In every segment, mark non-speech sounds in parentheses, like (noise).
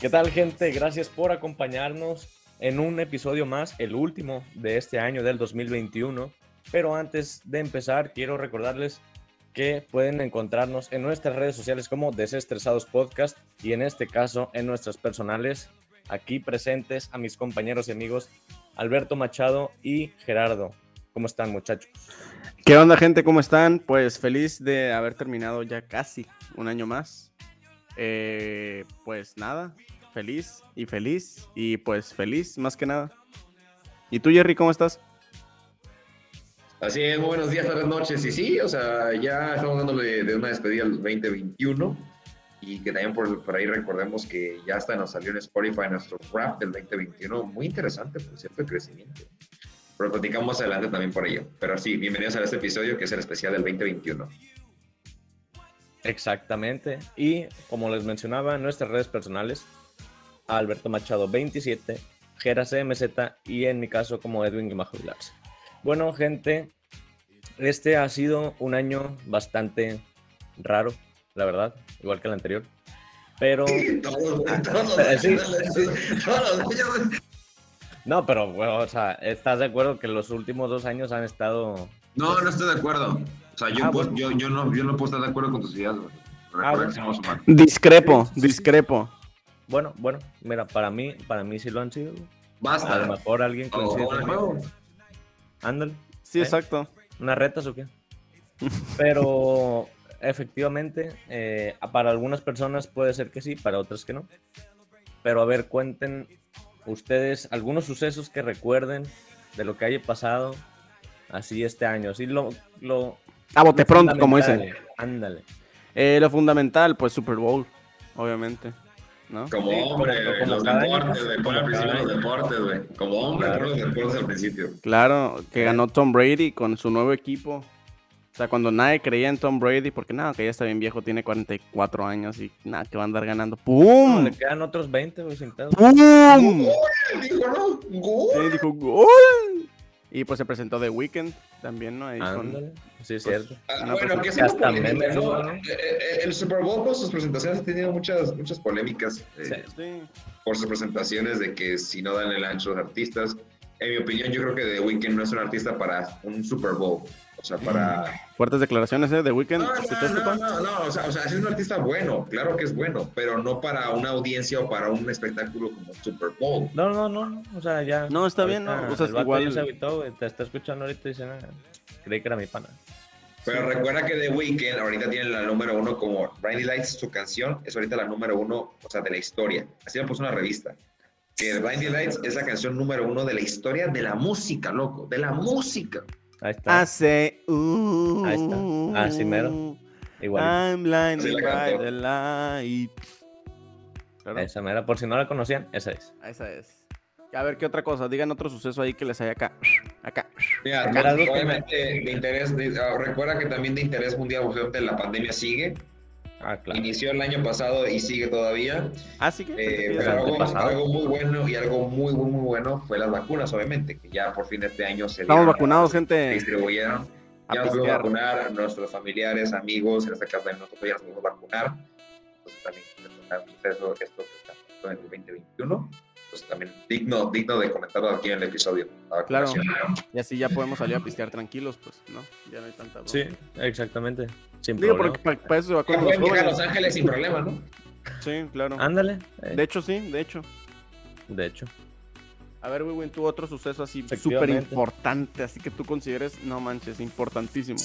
¿Qué tal, gente? Gracias por acompañarnos en un episodio más, el último de este año del 2021. Pero antes de empezar, quiero recordarles que pueden encontrarnos en nuestras redes sociales como Desestresados Podcast y en este caso en nuestras personales. Aquí presentes a mis compañeros y amigos Alberto Machado y Gerardo. ¿Cómo están, muchachos? ¿Qué onda, gente? ¿Cómo están? Pues feliz de haber terminado ya casi un año más. Eh, pues nada, feliz y feliz y pues feliz más que nada. ¿Y tú, Jerry, cómo estás? Así es, muy buenos días, tardes, noches. Y sí, o sea, ya estamos dándole de una despedida al 2021 y que también por, por ahí recordemos que ya hasta nos salió en Spotify nuestro rap del 2021. Muy interesante, por cierto, el crecimiento. Pero platicamos adelante también por ello. Pero sí, bienvenidos a este episodio que es el especial del 2021. Exactamente. Y como les mencionaba, en nuestras redes personales, Alberto Machado 27, Gera CMZ y en mi caso como Edwin Guimajo Vilarse. Bueno, gente, este ha sido un año bastante raro, la verdad, igual que el anterior. Pero. (laughs) Todos, todos los Sí. años, todos los años. No, pero, bueno, o sea, ¿estás de acuerdo que los últimos dos años han estado. No, no estoy de acuerdo. O sea, yo, Ah, puedo- bueno. Ah, yo, yo no, yo no puedo estar de acuerdo con tus ideas, güey. Recuerda bueno. que somos humanos. Discrepo, discrepo. Bueno, bueno, mira, para mí, para mí sí lo han sido. A lo Basta. mejor alguien Oh, coincide. ahora conmigo. juego. Ándale. Sí, ¿Eh? exacto. ¿Unas retas o qué? Pero efectivamente, eh, para algunas personas puede ser que sí, para otras que no. Pero a ver, cuenten ustedes algunos sucesos que recuerden de lo que haya pasado así este año. Así lo. lo A bote lo pronto, como dicen. fundamental. Ándale. Eh, lo fundamental, pues Super Bowl, obviamente. ¿No? Como Sí, como- hombre, güey, como los cada año. deportes, güey, pon al principio Como los deportes, güey. Como hombre, Claro. pon los deportes al principio. Claro, que Eh. ganó Tom Brady con su nuevo equipo. O sea, cuando nadie creía en Tom Brady, porque nada, que ya está bien viejo, tiene 44 años y nada, que va a andar ganando. No, ¡Pum! le quedan otros 20, güey, sin pedo. ¡Pum! Dijo, no, gol. Sí, dijo, "Gol". Y pues se presentó The Weeknd también, ¿no? Ahí con... Ándale. pues Sí, es cierto. Ah, Una bueno, persona que es que una pues, hasta polémica, memes, ¿no? ¿no? Eh, eh, El Super Bowl con sus presentaciones ha tenido muchas, muchas polémicas eh, Sí. Sí. por sus presentaciones de que si no dan el ancho a los artistas. En mi opinión, yo creo que The Weeknd no es un artista para un Super Bowl. O sea, para... Mm. Fuertes declaraciones, ¿eh? The Weeknd. No, ¿Sí te no, no, escupan? no, no, o sea, o sea, sí es un artista bueno, claro que es bueno, pero no para una audiencia o para un espectáculo como el Super Bowl. No, no, no, no, o sea, ya. No, está bien, ¿no? O sea, el vato igual- ya se agüitó, güey, te está escuchando ahorita y dice, "Ah, creí que era mi pana. Pero recuerda que The Weeknd ahorita tiene la número uno como Blinding Lights, su canción, es ahorita la número uno, o sea, de la historia. Así lo puso una revista. Que Blinding Lights es la canción número uno de la historia de la música, loco, de la música. Ahí está. Ah, Hace. Ahí está. Ah, sí, mero. Igual. I'm Sí, blinded la by cantó. the light. Claro, Esa mera, por si no la conocían, esa es. Esa es. A ver, ¿qué otra cosa? Digan otro suceso ahí que les haya acá. Acá. Mira, Acá las dos obviamente de interés, de- ah, recuerda que también de interés mundial, pues, obviamente la pandemia sigue, Ah, claro. inició el año pasado y sigue todavía. Ah, sí que. Eh, Pensé que pero ya- algo, antepasado. algo muy bueno y algo muy, muy, muy bueno fue las vacunas, obviamente, que ya por fin este año se Estamos dieron, vacunados, se gente. distribuyeron. A Ya nos pudimos pistear. vacunar, a nuestros familiares, amigos, en esta casa de nosotros ya nos pudimos vacunar. Entonces también pues, es un esto que está pasando en el 2021. Entonces también digno, digno de comentarlo aquí en el episodio. la Claro. vacunación. Y así ya podemos salir a pistear tranquilos, pues, ¿no? Ya no hay tanta. bronca. Sí, exactamente. Sin Digo, problema. porque para, eso se Ya vacunan los pueden llegar a jóvenes. Los Ángeles sin problema, ¿no? Sí, claro. Ándale. eh, De hecho, sí, de hecho. de hecho. A ver, Wiwin, tú otro suceso así súper Efectivamente. importante, así que tú consideres, no manches, importantísimo.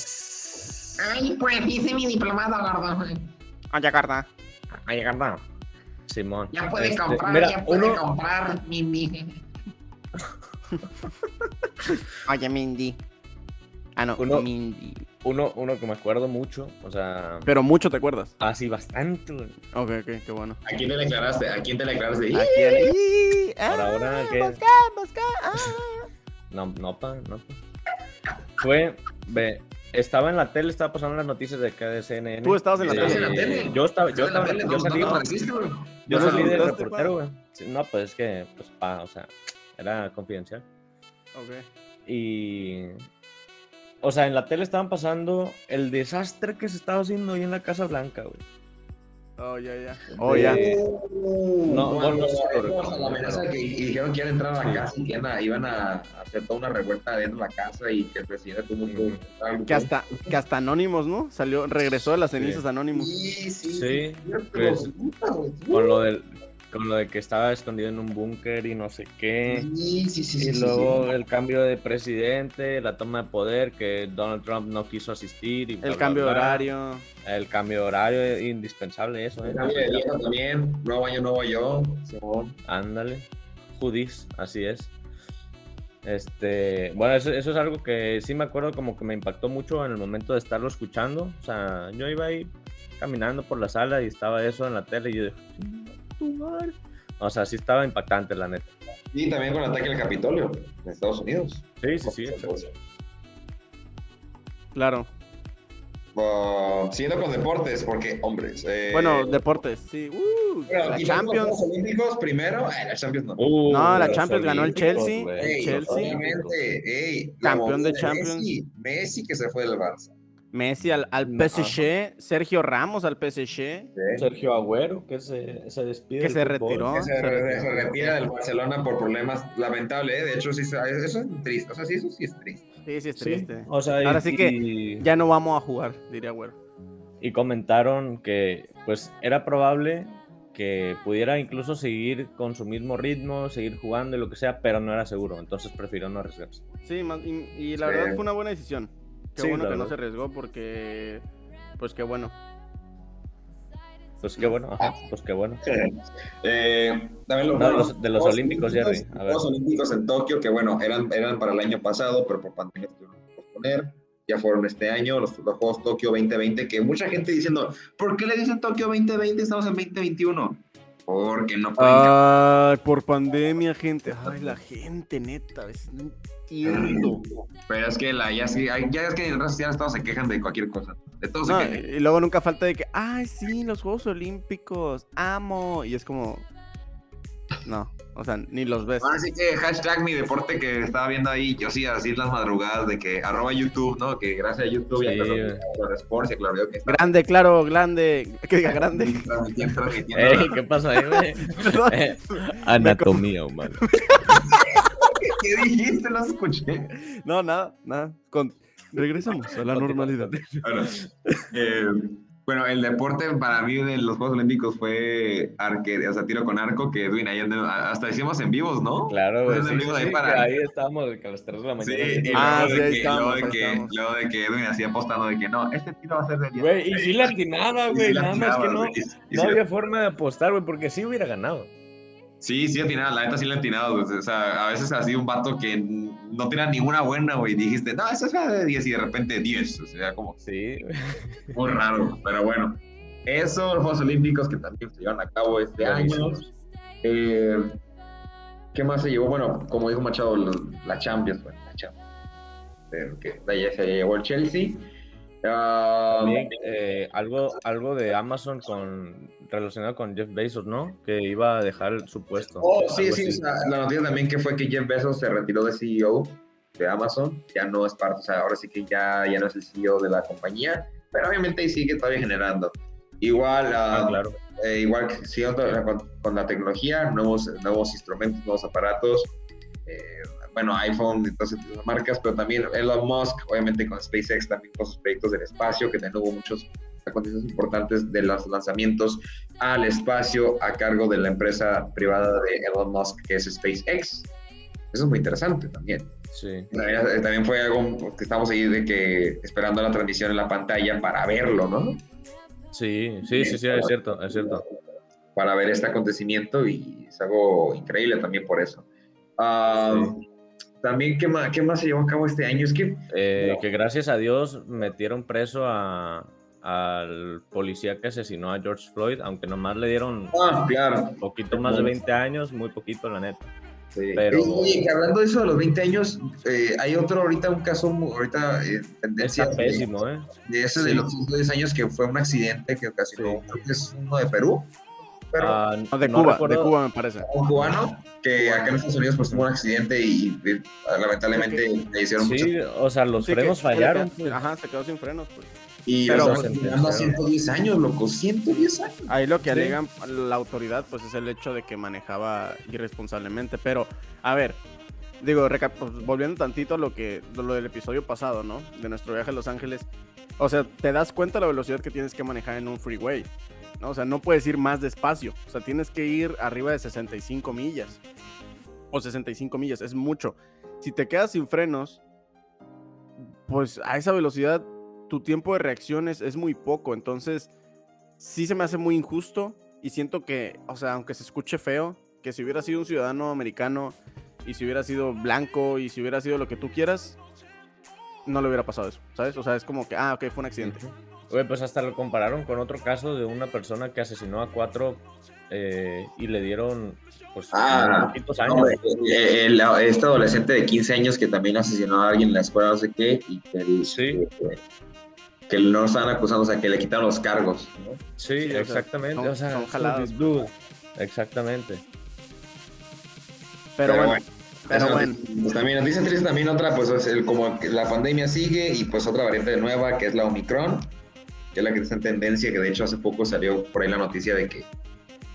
Ay, pues hice mi diplomado, gordo. Ah, ya, carnal. A llegar nada. Simón. Ya puede Este, comprar, mira, ya puede uno- comprar mi, mi. Oye, Mindy. Ah, no, Uno- Mindy. Uno, uno que me acuerdo mucho, o sea, Pero mucho te acuerdas. así bastante. güey. Ok, ok, qué bueno. ¿A quién te declaraste? ¿A quién te declaraste? ¿A quién? ¡Ih! Por ¡Ah! ahora que. busca! ¡Ah! No, no, pa, no. pa. Fue, ve, estaba en la tele, estaba pasando las noticias de acá de CNN. Tú estabas en la Eh, tele. ¿En la tele? Yo estaba, yo Pues, Yo estaba, también yo salí, yo ¿No nos salí de invitaste, pa? reportero, güey. Sí, No, pues es que, pues, pa, o sea, era confidencial. Ok. Y. O sea, en la tele estaban pasando el desastre que se estaba haciendo ahí en la Casa Blanca, güey. Oh, ya, ya. Oh, ya. Eh, No, no, no, no, eh, la amenaza que y dijeron que iban a entrar a la casa y que iban a, iban a hacer toda una revuelta dentro de la casa y que el presidente tuvo un algo. Que hasta, que hasta Anónimos, ¿no? Salió, regresó de las cenizas Anónimos. Sí, sí. Sí, cierto, pues, puta, güey. con lo del con lo de que estaba escondido en un búnker y no sé Eh, qué. Sí, sí, sí, sí, Y sí, luego el cambio de presidente, la toma de poder, que Donald Trump no quiso asistir. y bla, El bla, cambio de bla. horario. El cambio de horario es indispensable eso, sí. ¿eh? Cambio de dieta también, nuevo año, nuevo yo. Simón. Ándale. Judis, así es. Este, bueno, eso, eso es algo que sí me acuerdo como que me impactó mucho en el momento de estarlo escuchando. O sea, yo iba ahí caminando por la sala y estaba eso en la tele y yo dije, "Chinga tu madre". o sea, sí estaba impactante, la neta. Y también con el ataque al Capitolio en Estados Unidos. Pues, Sí, sí, sí. Claro. Ah, siguiendo con deportes, porque, hombres. eh, Bueno, deportes, sí. Uh, bueno, la quitando Los Champions. Juegos Olímpicos primero. Eh, la Champions no. Uh, No, la los Champions ganó el Olímpicos, Chelsea, güey, Ey, el los Chelsea. Olímpicos. obviamente, ey, la Campeón de movida Champions. Messi, Messi que se fue del Barça. Messi al, al No. PSG. Sergio Ramos al PSG. ¿eh? Sergio Agüero, que se, se despide. del Que se fútbol. retiró. Que se, se retiró. se retira del Barcelona por problemas lamentable, ¿eh? de hecho sí, se- eso es triste, o sea sí eso sí es triste. Sí, sí, es Sí, triste. o sea, y- este, Ahora sí que y- Ya no vamos a jugar, diría Güero. y comentaron que pues era probable que pudiera incluso seguir con su mismo ritmo, seguir jugando y lo que sea, pero no era seguro, entonces prefirió no arriesgarse. Sí, más- y, y la Sí. verdad fue una buena decisión. Qué Sí, bueno la que no verdad. se arriesgó porque. Pues qué bueno. Pues qué bueno, Ah. ajá, pues qué bueno. (laughs) Eh, también lo- No, de los- de los Juegos Olímpicos, Jerry, a ver. Juegos Olímpicos en Tokio, que bueno, eran, eran para el año pasado, pero por pandemia tuvieron que posponer. Ya fueron este año los, los Juegos Tokio 2020, que mucha gente diciendo, ¿por qué le dicen Tokio 2020? Estamos en 2021. Porque no pueden Ah, Ay, por pandemia, gente. Ay, la gente, neta, a veces no entiendo. Pero es que la, ya, sí- ya es que en redes sociales todos se quejan de cualquier cosa. De todo se No, quejan. y luego nunca falta de que, ay, sí, los Juegos Olímpicos, amo. Y es como, no, o sea, ni los ves. Ahora sí que hashtag mi deporte que estaba viendo ahí, yo sí, así las madrugadas de que arroba YouTube, ¿no? Que gracias a YouTube y a Sí, Claro güey. Video, a Sports y a Claro Video que está Grande, claro, grande. Que diga (laughs) grande. transmitiendo, transmitiendo. Ey, ¿Qué pasa ahí, güey? Perdón. Eh, Anatomía humana. (laughs) ¿Qué, qué dijiste? No escuché. No, nada, nada. Con- Regresamos a la normalidad. Bueno, eh, bueno, el deporte para mí de los Juegos Olímpicos fue arque, o sea, tiro con arco, que Edwin, ahí ande- hasta hicimos en vivos, ¿no? Claro, güey. Pues sí, en vivo sí, de ahí sí, para- ahí estábamos que a las 3 de la Sí, mañana. y Ah, luego sí, de ahí que- estábamos, luego de ahí que- estábamos. luego de que Edwin hacía apostando de que no, este tiro va a ser de 10. Güey, y sí la atinaba, Y güey. la Nada más que atinaba, no, güey, y- y no sí la- había forma de apostar, güey, porque sí hubiera ganado. Sí, sí atinado, la neta sí le atinado, o sea, a veces así un vato que no tira ninguna buena, güey, dijiste, no, esa es la de 10 y de repente 10, o sea, como Sí, muy raro, pero bueno. Eso, los Juegos Olímpicos que también se llevan a cabo este año. Eh, ¿Qué más se llevó? Bueno, como dijo Machado, lo- la Champions, bueno, la Champions. Pero que de allá se llevó el Chelsea. Ah, También, eh, algo, algo de Amazon con relacionado con Jeff Bezos, ¿no? Que iba a dejar su puesto. Oh, sí, algo sí, así. o sea, la noticia también que fue que Jeff Bezos se retiró de CEO de Amazon, ya no es parte, o sea, ahora sí que ya, ya no es el CEO de la compañía, pero obviamente ahí sigue todavía generando. Igual, Ah, ah, claro. eh, igual que siguiendo con, con la tecnología, nuevos, nuevos instrumentos, nuevos aparatos, eh, bueno, iPhone, entonces esas marcas, pero también Elon Musk, obviamente con SpaceX, también con sus proyectos del espacio, que también hubo muchos acontecimientos importantes de los lanzamientos al espacio a cargo de la empresa privada de Elon Musk, que es SpaceX. Eso es muy interesante también. Sí. También, también fue algo que estamos ahí de que esperando la transmisión en la pantalla para verlo, ¿no? Sí, sí, sí, sí, es cierto, es cierto. para ver este acontecimiento y es algo increíble también por eso. Ah, También, ¿qué más, ¿qué más se llevó a cabo este año? Es que, Eh, No. Que gracias a Dios metieron preso a, al policía que asesinó a George Floyd, aunque nomás le dieron ah, claro. poquito más de 20 años, muy poquito, la neta. sí. Pero- Y, oye, que hablando de eso de los 20 años, eh, hay otro ahorita, un caso, mu- ahorita, eh, tendencia Está de- pésimo, ¿eh? de, ese de Sí. los 10 años que fue un accidente que ocasionó, Sí. creo que es uno de Perú, pero Ah, No, de no Cuba, de recuerdo- Cuba me parece. un cubano que acá en Estados Unidos pues tuvo un accidente y, y, lamentablemente le hicieron mucho Sí, o sea, los Sí, que- frenos fallaron. pues. Ajá, se quedó sin frenos, pues. Y Pero, o sea, pues, llegando a pero- 110 años, loco, 110 años. Ahí lo que Sí. alegan la autoridad, pues es el hecho de que manejaba irresponsablemente. Pero, a ver, digo, reca- pues, volviendo tantito a lo que lo del episodio pasado, ¿no? De nuestro viaje a Los Ángeles. O sea, te das cuenta la velocidad que tienes que manejar en un freeway. ¿no? O sea, no puedes ir más despacio. O sea, tienes que ir arriba de 65 millas. O 65 millas, es mucho. Si te quedas sin frenos, pues a esa velocidad tu tiempo de reacción es, es muy poco. Entonces, sí se me hace muy injusto y siento que, o sea, aunque se escuche feo, que si hubiera sido un ciudadano americano y si hubiera sido blanco y si hubiera sido lo que tú quieras, no le hubiera pasado eso, ¿sabes? O sea, es como que, ah, ok, fue un accidente. Güey, pues hasta lo compararon con otro caso de una persona que asesinó a cuatro eh, y le dieron, pues, Ah, poquitos No, años. güey, el- el- este adolescente de 15 años que también asesinó a alguien en la escuela, no sé qué, y que, el- Sí. que, que no lo estaban acusando, o sea, que le quitaron los cargos. ¿no? sí, sí, o sea, exactamente. son- o sea, son jaladas, dude, Exactamente. Pero, bueno, pero Eso, bueno. pues, también nos dicen triste también otra, pues es el, como que la pandemia sigue y pues otra variante nueva que es la Omicron, que es la que está en tendencia, que de hecho hace poco salió por ahí la noticia de que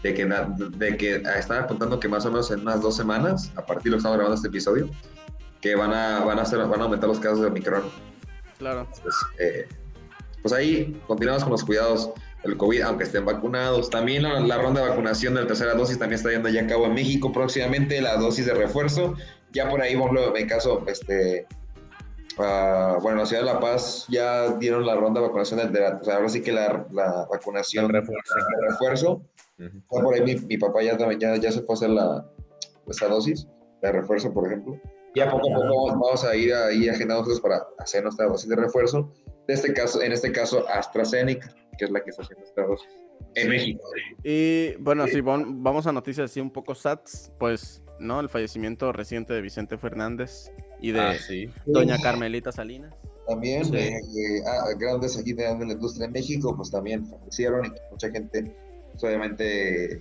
de que, na- de que están apuntando que más o menos en unas dos semanas, a partir de lo que estamos grabando este episodio, que van a, van a, hacer, van a aumentar los casos de Omicron. claro. Pues, eh, pues ahí continuamos con los cuidados del COVID, aunque estén vacunados. También la, la ronda de vacunación de la tercera dosis también está yendo ya a cabo en México. Próximamente la dosis de refuerzo. Ya por ahí, por ejemplo, en caso, este, ah, bueno, en la ciudad de La Paz ya dieron la ronda de vacunación. De, de la, o sea, ahora sí que la, la vacunación El refuerzo. de refuerzo. Ujú. Ya Ah, por ahí mi, mi papá ya, también- ya, ya se fue a hacer la, esa dosis, la de refuerzo, por ejemplo. Ya poco a poco vamos, vamos a ir ahí agendando nosotros para hacer nuestra dosis de refuerzo. De este caso, en este caso, AstraZeneca, que es la que está haciendo esta dosis en México. Y bueno, sí, vam- vamos a noticias así un poco sats, pues, ¿no? El fallecimiento reciente de Vicente Fernández y de Ah, sí. Doña Carmelita Salinas. También Sí. eh, eh, ah, grandes aquí de de la industria en México, pues también fallecieron y mucha gente, pues, obviamente,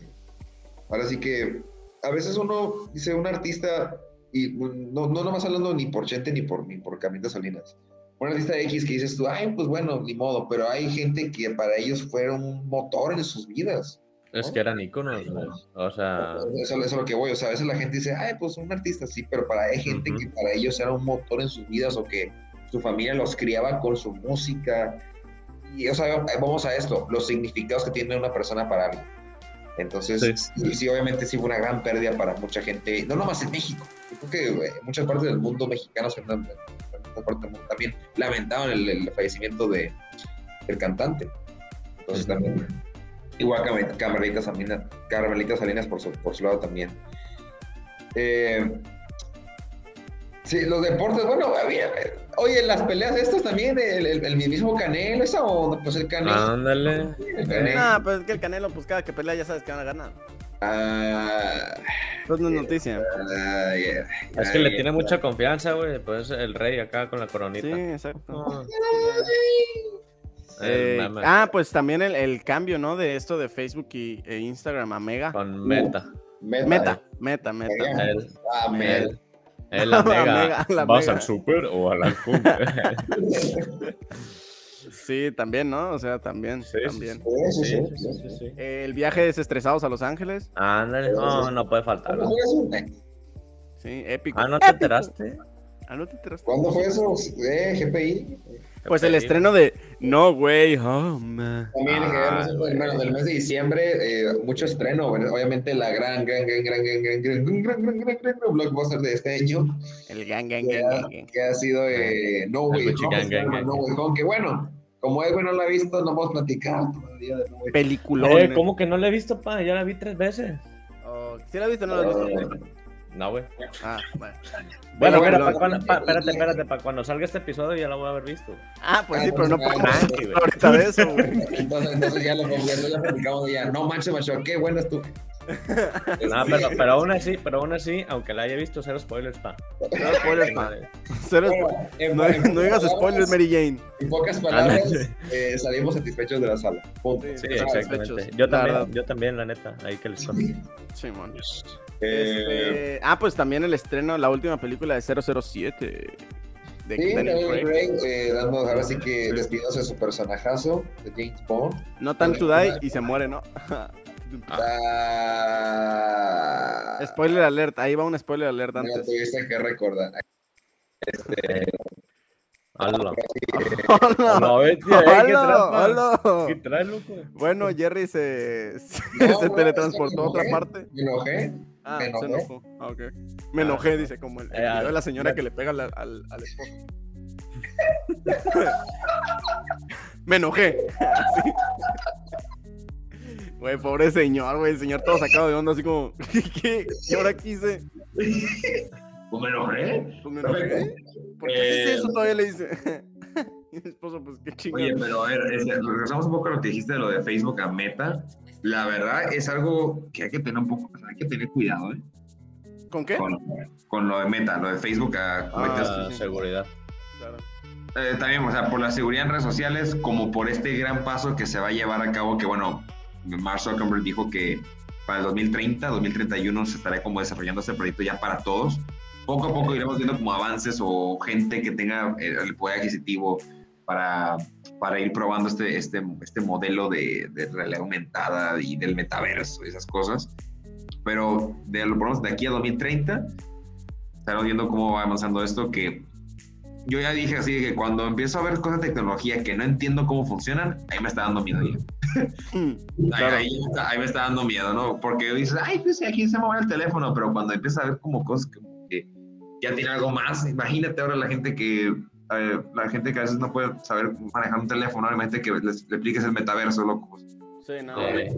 ahora sí que a veces uno dice un artista, y un- no, no nomás hablando ni por Chente ni por, ni por Carmita Salinas, un artista X que dices tú, ay, pues bueno, ni modo, pero hay gente que para ellos fueron un motor en sus vidas. Es que eran iconos, güey. O sea, Eso, eso es lo que voy, o sea, a veces la gente dice, ay, pues un artista, sí, pero para hay gente Ujú. que para ellos era un motor en sus vidas o que su familia los criaba con su música. Y, o sea, vamos a esto, los significados que tiene una persona para algo. Entonces, Sí. sí, sí, obviamente sí fue una gran pérdida para mucha gente, no nomás en México, yo creo que güey, en muchas partes del mundo mexicanos en en muchas partes del mundo también lamentaban el, el fallecimiento de, del cantante. Entonces Ujú. también, igual Carme- Carmelita Salinas, Carmelita Salinas por, su, por su lado también. Eh, sí, los deportes, bueno, había- oye, las peleas estas también, el, el, el mismo Canelo, esa onda, pues el Canelo. ándale. el Canelo. Nah, pues es que el Canelo, pues cada que pelea ya sabes que van a ganar. Ah, Pues no es noticia. ah, yeah. Es que le Ay, tiene mucha confianza, güey. Pues el rey acá con la coronita. Sí, exacto. No. Eh, El mame ah, pues también el, el cambio, ¿no? De esto de Facebook y, e Instagram a Mega. Con Meta. Meta. Meta, meta, meta. Mega. El, Ah, meta. el, el la (laughs) La mega. mega, la ¿Vas mega. al super o a la cumbre? (laughs) Sí, también, ¿no? O sea, también. Sí, sí, también. Sí, sí, sí, sí, sí. sí. El viaje desestresados a Los Ángeles. Ándale, no, no puede faltar. ¿Cuándo güey. fue eso? Sí, épico. Ah, ¿no te enteraste? Ah, ¿no te enteraste? ¿Cuándo fue eso? Eh, GPI. Pues el estreno de No Way Home. También Ah, que vemos el- güey. bueno, del mes de diciembre, eh, mucho estreno. bueno, obviamente la gran, gran, gran, gran, gran, gran, gran, gran, gran, gran, gran, gran, gran blockbuster de este año, El gang, gang, que gang, ha, gang, gang. que ha sido eh, No Way Gucci Home, Gang, gang, Spider-Man gang. No Way Home, que bueno, como Edwin no la ha visto, no vamos a platicar todavía de No Way Home. Peliculón. Eh, ¿Cómo que no la he visto, pa? Ya la vi tres veces. Oh, ¿Sí la viste o no la viste? No, güey. Ah, bueno. Bueno, Bueno, mira, lo- pa' cuando- pa- espérate, espérate, para cuando salga este episodio ya la voy a haber visto. Ah, pues sí, pero no pasa nada Tranqui, güey. ahorita de eso, güey. Entonces, entonces ya lo entonces ya platicamos ya. No manches, macho, qué buena estuvo. No, pero, Este, pero aún así, pero aún así, aunque la haya visto, cero spoilers, pa. No (laughs) spoilers, man. Madre. Cero Bueno, spo- en- No, en no digas pocas spoilers, Mary palabras- Jane. En pocas palabras, eh, salimos satisfechos de la sala. Punto. Sí, Satisfechos, exactamente. Yo la también, verdad. yo también, la neta, ahí que les conté. Simón. Eh, Este, Ah, pues también el estreno, la última película de 007. de Sí, Daniel Daniel Craig. Craig, eh, dando ahora sí que despidiéndose de su personajazo de James Bond. No tan to die y se muere, ¿no? (laughs) Ah, spoiler alert, ahí va un spoiler alert no (laughs) antes. tuviste que recordar. ¡Hala! ¡Hola! ¡Hala, bestia! eh, ¿Qué ¡Hola! traes, man? ¡Hola! ¿Qué traes, loco? Bueno, Jerry se, (laughs) se, No, se güey, teletransportó a es que otra me parte. Me enojé. Ah, me se enojé. enojó. Ah, ok. Me enojé, dice, como el, el Eh, video de la señora ya. que le pega la- al, al esposo. Me enojé. Así. Güey, pobre señor, güey. El señor todo sacado de onda, así como, (laughs) ¿qué? ¿Qué, ¿Qué hora quise? Pues me enojé. Pues me enojé. ¿Por qué Eh, haces eso? Todavía le dice. (laughs) Y el esposo, pues qué Oye, chingada. pero a ver, es- regresamos un poco a lo que dijiste de lo de Facebook a Meta. La verdad es algo que hay que tener un poco, o sea, hay que tener cuidado, ¿eh? ¿Con qué? Con, con lo de Meta, lo de Facebook a meterse Ah, seguridad. Claro. Eh, también, o sea, por la seguridad en redes sociales, como por este gran paso que se va a llevar a cabo, que bueno, Mark Zuckerberg dijo que para el 2030, 2031 se estará como desarrollando este proyecto ya para todos. Poco a poco iremos viendo como avances o gente que tenga el, el poder adquisitivo para, para ir probando este, este, este modelo de, de realidad aumentada y del metaverso, esas cosas. Pero de, lo ponemos de aquí a 2030, estaremos viendo cómo va avanzando esto, que yo ya dije así que cuando empiezo a ver cosas de tecnología que no entiendo cómo funcionan, ahí me está dando miedo. ya. Mm, Ahí, Claro. ahí me está- ahí me está dando miedo, ¿no? Porque dices, ay, pues aquí se mueve el teléfono, pero cuando empiezas a ver como cosas que, que ya tiene algo más, imagínate ahora la gente que eh, la gente que a veces no puede saber manejar un teléfono, obviamente que les, le expliques el metaverso, loco. Sí, no. Eh,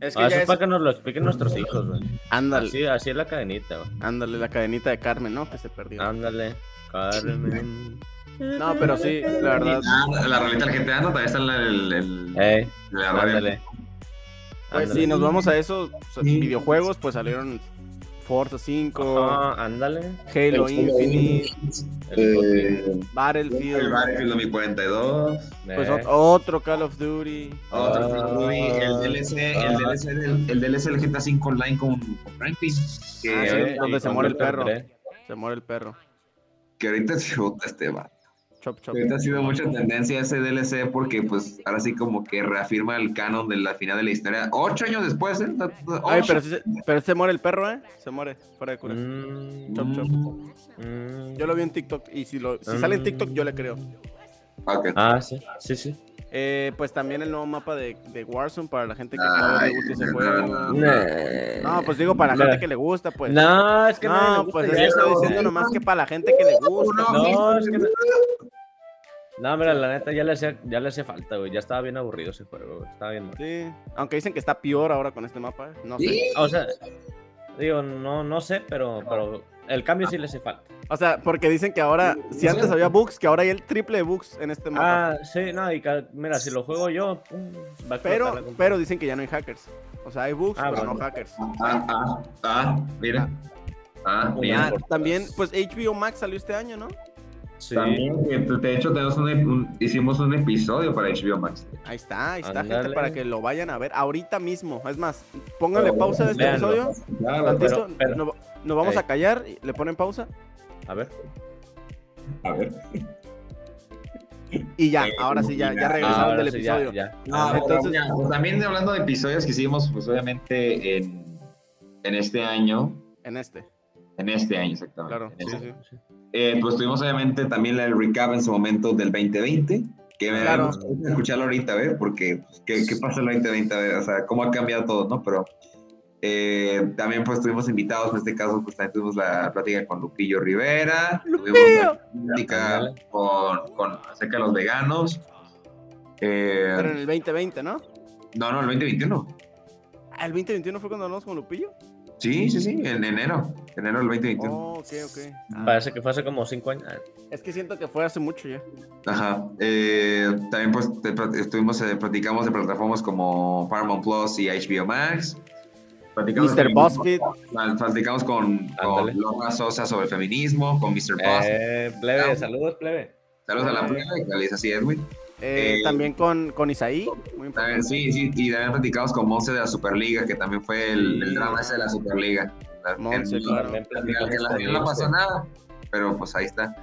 Es que ah, eso ya es es... para Ah, que nos lo expliquen nuestros hijos, güey. Ándale, Así, así es la cadenita, güey. ándale, la cadenita de Carmen, ¿no? Que se perdió. Ándale, Carmen. No, pero sí, la verdad. Ah, La, la realidad de la gente anda, también está en la, el- el- Ey, la radio. Eh, ándale. Pues Ándale. si nos vamos a esos Sí. videojuegos, pues salieron Forza 5, Ah, ándale. Halo Infinite, Eh, el Battlefield, Battlefield 2042. pues Eh, ot- otro Call of Duty. Otro Ah, Call of Duty, el DLC, ah. el DLC del, el DLC del GTA 5 Online con, con Franklin. Que, Ah, sí. eh, donde y se muere el perro. Conductor tres. Se muere el perro. que ahorita chuta este va. Chop chop. Ahorita ha sido mucha tendencia ese DLC porque pues ahora sí como que reafirma el canon de la final de la historia. Ocho años después, ¿eh? Ay, Ocho. pero, sí se- pero se muere el perro, ¿eh? Se muere, fuera de cura. Mm, Chop, chop. Mm, mm. Yo lo vi en TikTok y si, lo, si sale en TikTok yo le creo. ok. Ah, sí, sí, sí. Eh, pues también el nuevo mapa de, de Warzone para la gente que Ah, no Ay, le gusta ese no, no, juego. No, pues digo para la Nah. gente que le gusta, pues. Ah, No, es que no, no, me gusta pues ya yo estoy eso. diciendo nomás que para la gente que le gusta. Uno. No, es que no. No, mira, la neta ya le hacía, ya le hacía falta, güey. Ya estaba bien aburrido ese juego, güey. Estaba bien mal. Sí, aunque dicen que está peor ahora con este mapa, ¿eh? no sé. Sí. O sea, digo, no, no sé, pero, pero el cambio sí le hace falta. O sea, porque dicen que ahora, si antes había bugs, que ahora hay el triple de bugs en este mapa. Ah, sí, no, y ca- mira, si lo juego yo, pum, va a explotar la pero, compu. pero dicen que ya no hay hackers. O sea, hay bugs, Ah, pero bueno. no hackers. Ah, ah, ah, mira. Ah, Ah, mira. importa. también, pues HBO Max salió este año, ¿no? Sí, También, que, de hecho, tenemos un, un- hicimos un episodio para HBO Max. Ahí está, ahí está, gente, Ándale. para que lo vayan a ver ahorita mismo. Es más, pónganle Pero, pausa a este véanlo. episodio. Claro, pues, pero- Tantito, pero- nos, nos vamos Ey. a callar, y le ponen pausa a ver. a ver. y ya, Ey, ahora sí, ya, ya ahora regresaron Ahora del sí, ya, episodio. ya. Ah, pero Entonces- mira, pues también hablando de episodios que hicimos, pues obviamente en, en este año, En este, en este año exactamente. claro. en Sí, este- sí. Eh, pues tuvimos obviamente también el recap en su momento del 2020, que me Claro. gusta escucharlo ahorita, ¿ves? Porque pues, ¿qué, qué pasa el 2020, a ver, o sea, cómo ha cambiado todo, ¿no? Pero eh, también pues tuvimos invitados, en este caso pues también tuvimos la plática con Lupillo Rivera, tuvimos la plática Ándale. con, con acerca de los veganos. Eh, Pero en el 2020, ¿no? no, no, el 2021. Ah, ¿El 2021 fue cuando hablamos con Lupillo? Sí, sí, sí, en enero, enero del 2021. Oh, ok, ok. Parece que fue hace como cinco años. Ah, Es que siento que fue hace mucho ya. Ajá. eh, también pues te plat- estuvimos, eh, platicamos de plataformas como Paramount Plus y HBO Max. Platicamos Mr. de- BuzzFeed. pla- Platicamos con, Ándale. con Laura Sosa sobre feminismo, con Mr. Ah, Boss. Eh, plebe, saludos, plebe. Saludos a la prueba, que le dice así Edwin. eh, eh, también con, con Isaí. Muy También, importante. sí, sí, y también platicamos con Monse de la Superliga, que también fue el, el Sí. drama ese de la Superliga. La- Monse, el- claro. También al final, platicamos que al con final no ellos, pasó güey. nada, pero pues ahí está.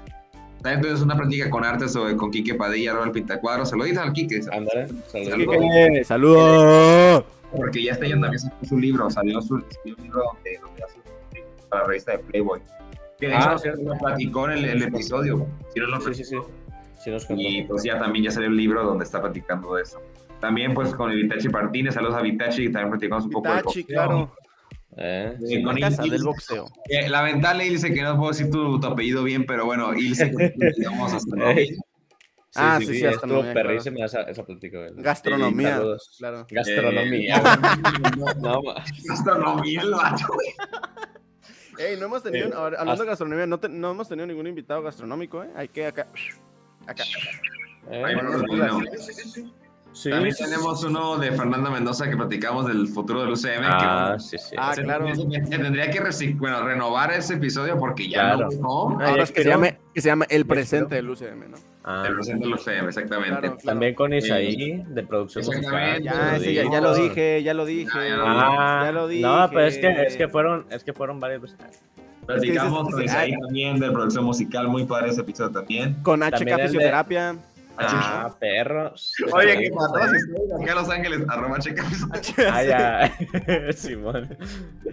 También tuvimos una práctica con artes o con Quique Padilla, Raúl Pintacuadro. Se lo dicen al Quique, Ándale, saludos. Quique, Eh, ¡Saludos! porque ya este año también sacó su libro, salió su, escribió un libro donde, donde hace para la revista de Playboy. Que de Ah, hecho cierto. lo platicó en el, el episodio. Si no lo Sí, sí, sí. Sí nos contó. Y pues ya también ya salió el libro donde está platicando de eso. También pues con el Vitachi Martínez, saludos a Vitachi, también platicamos un poco de Itachi, boxeo. claro. Eh, Sí, sí. con La Ilse. casa del boxeo. Eh, lamentable, Ilse, que no puedo decir tu, tu apellido bien, pero bueno, Ilse, (laughs) digamos hasta luego. Ey. Ah, sí, sí, hasta estuvo me había perrísima esa, esa plática. güey. Gastronomía. Saludos. Claro. Gastronomía. güey. (laughs) no, ma- Astronomía, el vato, güey. Ey, no hemos tenido, Eh, ahora, hablando hasta- de gastronomía, no, te- no hemos tenido ningún invitado gastronómico, ¿eh? Hay que acá. Acá. eh, Ahí vamos, bueno. sí, También sí, tenemos uno de Fernanda Mendoza que platicamos del futuro del UCM. que, Ah, bueno, sí, sí. Ah, se- claro. se tendría que reci- bueno, renovar ese episodio porque ya Claro. no, no ya Ahora es que expiró. se, llame, que se llama El expiró. Presente del UCM, ¿no? Ah, el presente del UCM, exactamente. Claro, claro. También con Isaí, de producción musical. Exactamente. Ya, Lo ese ya, digo. ya lo dije, ya lo dije. Ya, ya lo Ah, ya lo dije. No, pero es que, es que fueron, es que fueron varias veces. Platicamos Es con que dices- Isaí también de producción musical, muy padre ese episodio también. Con También HK el de- Fisioterapia. Ah, perros. Oye, ¿qué pasó? Si estoy acá en Los Ángeles, arroba checa. Ah, (laughs) ya. (laughs) Simón.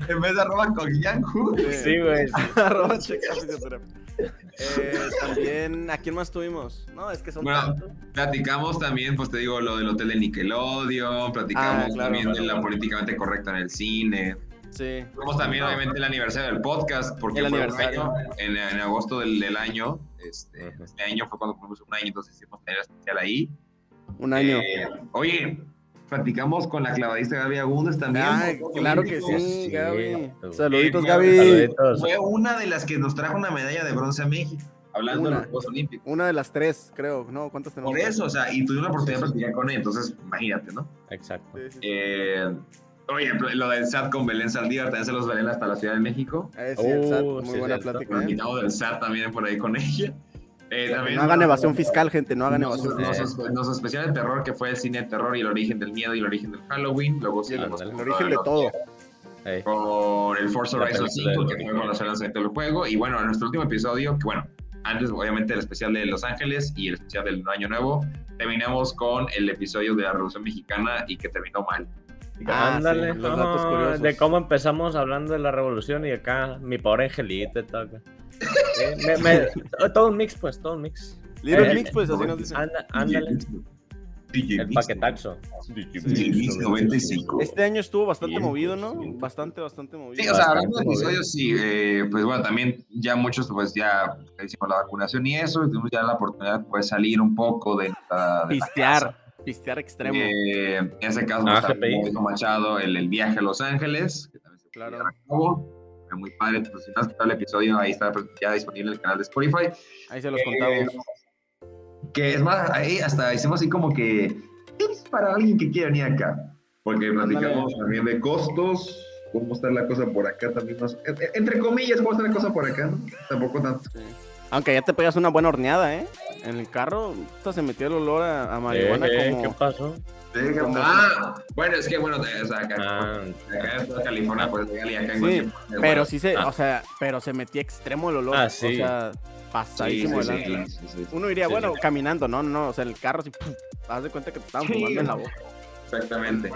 En vez de arroba con Yanku. Sí, güey. sí. (laughs) Arroba HK Fisioterapia. Eh, también, ¿a quién más tuvimos? No, es que son Bueno, tantos. Platicamos también, pues te digo, lo del hotel de Nickelodeon, platicamos Ah, claro, también de claro, la claro. políticamente correcta en el cine. Sí. Tuvimos también, obviamente, el aniversario del podcast, porque El fue un aniversario. año, en, en agosto del, del año, este, Ujú. este año fue cuando cumplimos un año, entonces hicimos tener especial ahí. Un año. Eh, oye, platicamos con la clavadista Gaby Agúndez también. Ah, claro que sí, Sí, Gaby. güey. Saluditos, Sí, Gaby. Saluditos. Fue una de las que nos trajo una medalla de bronce a México, hablando de Una. los Juegos Olímpicos. Una de las tres, creo. No, ¿cuántas tenemos? Por eso, o sea, y tuvimos la oportunidad de platicar con él, entonces imagínate, ¿no? Exacto. Sí, sí, sí. Eh, oye, lo del SAT con Belén Saldívar también se los veré hasta la Ciudad de México. Ah, sí, el Oh, SAT, sí, muy es buena cierto. plática. Los ¿eh? invitados del SAT también por ahí con ella. Eh, también No hagan evasión fiscal, gente, no hagan Nos- evasión nos- fiscal. nos- nos especial de terror, que fue el cine de terror y el origen del miedo y el origen del Halloween. Luego Y el- seguimos ándale. El con origen de Ah, los- todo. Ah, Ey. Con el Forza La Horizon película 5, de- que fue con los lanzamientos del juego. Y bueno, en nuestro último episodio, que bueno, antes obviamente el especial de Los Ángeles y el especial del Año Nuevo, terminamos con el episodio de la Revolución Mexicana y que terminó mal. Ah, Ándale, sí, los datos no, curiosos. de cómo empezamos hablando de la revolución y acá mi pobre angelito y todo. acá. Eh, me- me- (laughs) todo un mix, pues, todo un mix. Little Eh, Mix, pues así nos dicen. Anda- ándale, DJ el paquetaxo. DJ Mix 95. Este año estuvo bastante Bien, movido, pues, ¿no? bien. Bastante, bastante movido. Sí, o sea, hablando de Bastante episodios, sí, eh, pues bueno, también ya muchos, pues ya hicimos la vacunación y eso, y tuvimos ya la oportunidad de pues, salir un poco de la. de la casa. Pistear, pistear extremo. Eh, en ese caso, Ah, pues, también GPI. hizo Machado el, el viaje a Los Ángeles, que también se fue Claro. a cabo. Fue muy padre, pues si no has escuchado el episodio, ahí está pues, ya disponible en el canal de Spotify. Ahí se los eh, contamos. Que es más, ahí hasta hicimos así como que tips para alguien que quiera venir acá. Porque platicamos también de costos, cómo está la cosa por acá también. más- en- en- entre comillas, cómo está la cosa por acá, ¿no? Tampoco tanto. Aunque ya te pegas una buena horneada, ¿eh? En el carro hasta se metió el olor a, a marihuana Eh, eh, ¿Qué como... pasó? Ah, bueno, es que bueno, o sea, acá, Ah, acá en toda California, pues legal y acá en Ah. Sí, cualquier- Pero sí se, Ah. o sea, pero se metía extremo el olor. Ah, sí. O sea, pasadísimo Sí, sí, de lanza. sí, sí, sí. Uno diría, Sí, bueno, caminando, no, no, no, o sea, el carro así, ¡pum! haz de cuenta que te estaban Sí. fumando en (laughs) la boca. Exactamente.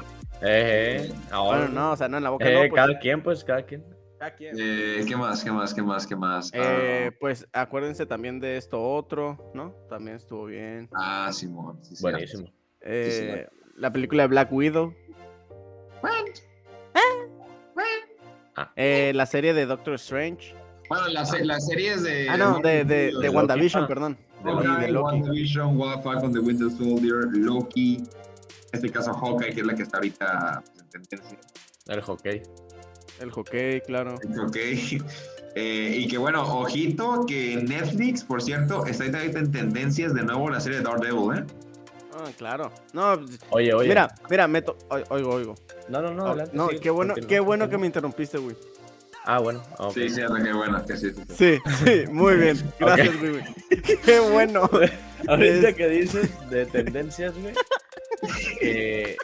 eh, eh, ahora. Bueno, no, o sea, no en la boca, Eh, no, pues, Cada quien, pues, cada quien. cada quien. Eh, ¿Qué más? ¿Qué más? ¿Qué más? ¿Qué más? Ah, Eh, pues acuérdense también de esto otro, ¿no? También estuvo bien. ah, ah, Simón. sí, sí, Buenísimo. Eh, la película de Black Widow. Ah. Ah. Eh, la serie de Doctor Strange. Bueno, las, las series de. Ah, no, de, de, de Loki. WandaVision, Ah. perdón. De Y Loki. de Loki. WandaVision, Wa- Falcon, The Winter Soldier, Loki. En este caso, Hawkeye, que es la que está ahorita pues, en tendencia. El hockey. El hockey, claro. Ok. (laughs) Eh, y que bueno, ojito que Netflix, por cierto, está ahorita ahorita en tendencias de nuevo la serie de Daredevil, ¿eh? Ah, claro. No, Oye, oye. mira, mira, meto. Oigo, oigo. Ah, No, no, no. adelante, no, sí, qué bueno, continúa, qué bueno que continúa. me interrumpiste, güey. Ah, bueno. ok. Sí, sí, que bueno, que sí, sí, sí. Sí, sí, muy bien. Gracias, güey. Qué bueno. (laughs) Ahorita Es- que dices de tendencias, E, güey. eh,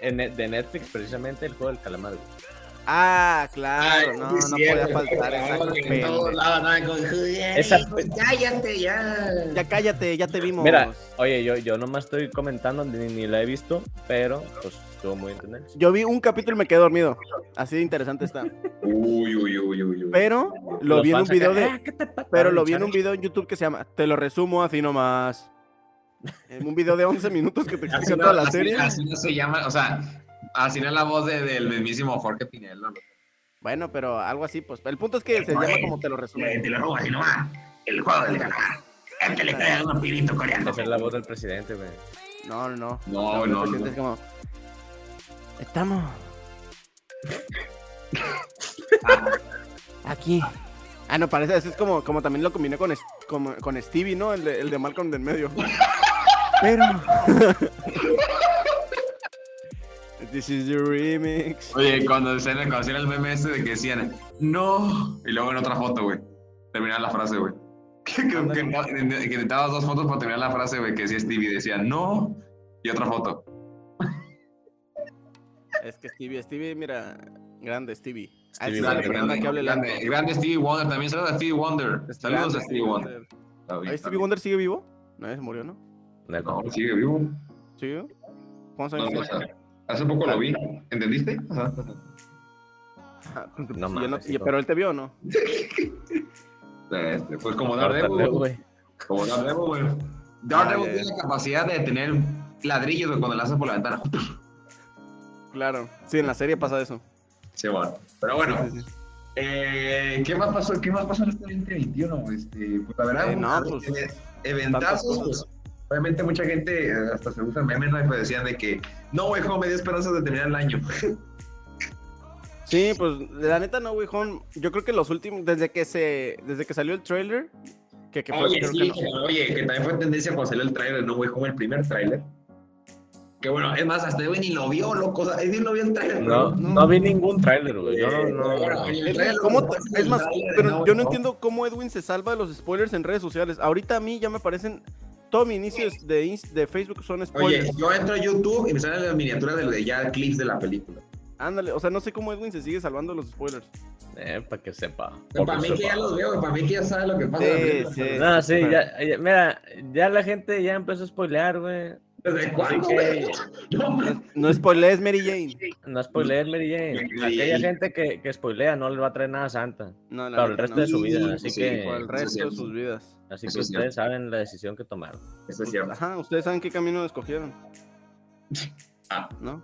en, de Netflix, precisamente el juego del calamar. güey. Ah, claro, Ay, no, sí es no cierto, podía faltar claro, exacto, que en pendejo. todos lados, nada, con- Esa- Pues cállate ya. Ya cállate, ya te vimos. Mira, oye, yo, yo nomás estoy comentando, ni, ni la he visto, pero pues estuvo muy interesante. Yo vi un capítulo y me quedé dormido. Así de interesante está. Uy, uy, uy, uy, uy. Pero lo Los vi en un fans acá, video de. "Ah, ¿qué te pasa, Pero lo vi en Charlie?" un video en YouTube que se llama Te lo resumo así nomás. En un video de 11 minutos que te (laughs) Así explica no, toda la así- serie. así no se llama, o sea, así no es la voz de- del mismísimo Jorge Pinelo. Bueno, pero algo así, pues. El punto es que se llama como Te lo resumo. Te, te lo robas y no va. El juego del calamar. Antes le cae a un pirito coreano. Esa es la voz del presidente, güey. No, no, no. No, La no, presidenta no. es como, (laughs) Estamos Ah, aquí. Ah, no, parece. Eso es como, como también lo combiné con, es- como- con Stevie, ¿no? El de, el de Malcolm del medio. Pero. (laughs) This is your remix. Oye, cuando se cuando hacían el meme ese de que decían, no, y luego en otra foto, güey, terminaba la frase, güey. (laughs) Que, que, que, que intentabas dos fotos para terminar la frase, güey, que decía Stevie, decía, no, y otra foto. Es que Stevie, Stevie, mira. Grande Stevie. Ah, Stevie esa es la Wonder. persona que hable grande, lento. grande Stevie Wonder, también saludos a Stevie Wonder. Saludos a Stevie Wonder. Ahí ¿Stevie Wonder sigue vivo? No, ya se murió, ¿no? No, sigue vivo. ¿Sigue vivo? ¿Cuántos No, años o tiene? sea, hace poco lo vi, ¿entendiste? Ajá. Ah, pues, No yo mames, no- hijo. Pero él te vio, ¿no? Este, pues como Daredevil, Daredevil, güey. güey. Como Daredevil, güey. Daredevil Ah, ya, tiene la capacidad de tener ladrillos güey, cuando lanzas por la ventana. Claro. Sí, en la serie pasa eso. Sí, bueno. Pero bueno, Sí, sí, sí. eh, ¿qué más pasó? ¿Qué más pasó en este 2021? Este, pues la verdad, Eh, no, a ver, pues, eh, eventazos, tantas pues, cosas. obviamente mucha gente eh, hasta se usa memes, ¿no? Y pues decían de que, no, güey, cómo me dio esperanzas de terminar el año. Sí, pues la neta no, güey, Home. Yo creo que los últimos, desde que se, desde que salió el trailer, (laughs) que, que fue Oye, creo sí, que que, oye, que también fue tendencia cuando salió el tráiler, ¿no, güey? Como el primer tráiler. Que bueno, es más, hasta Edwin ni lo vio, loco. O sea, Edwin no vio el tráiler. No, No. no vi ningún tráiler, güey. Yo no, Eh, no- bueno, oye, Es, Trailer, ¿cómo güey, te- pues, es más, trailer, pero no, yo no no. entiendo cómo Edwin se salva de los spoilers en redes sociales. Ahorita a mí ya me aparecen, todo mi inicio es de, ins- de Facebook son spoilers. Oye, yo entro a YouTube y me salen las miniaturas de, de ya clips de la película. Ándale, o sea, no sé cómo Edwin se sigue salvando de los spoilers. Eh, para que sepa. para porque mí que sepa. ya los veo, para mí que ya saben lo que pasa. en la Sí, película. sí. No, sí, ya, ya- mira, ya la gente ya empezó a spoilear, güey. ¿Desde Así cuándo, güey? (laughs) que No, mames. No- No spoilees Mary Jane. no spoilees, Mary Jane. Mary Aquella Jane. gente que, que spoilea no le va a traer nada a Santa. No, la Para el neta, resto no. de su vida. Sí, Así sí, que, Por el Eso es resto de cierto. sus vidas. así Eso que es cierto. ustedes saben la decisión que tomaron. Eso es cierto. Ajá, ustedes saben qué camino escogieron, (laughs) Ah, ¿no?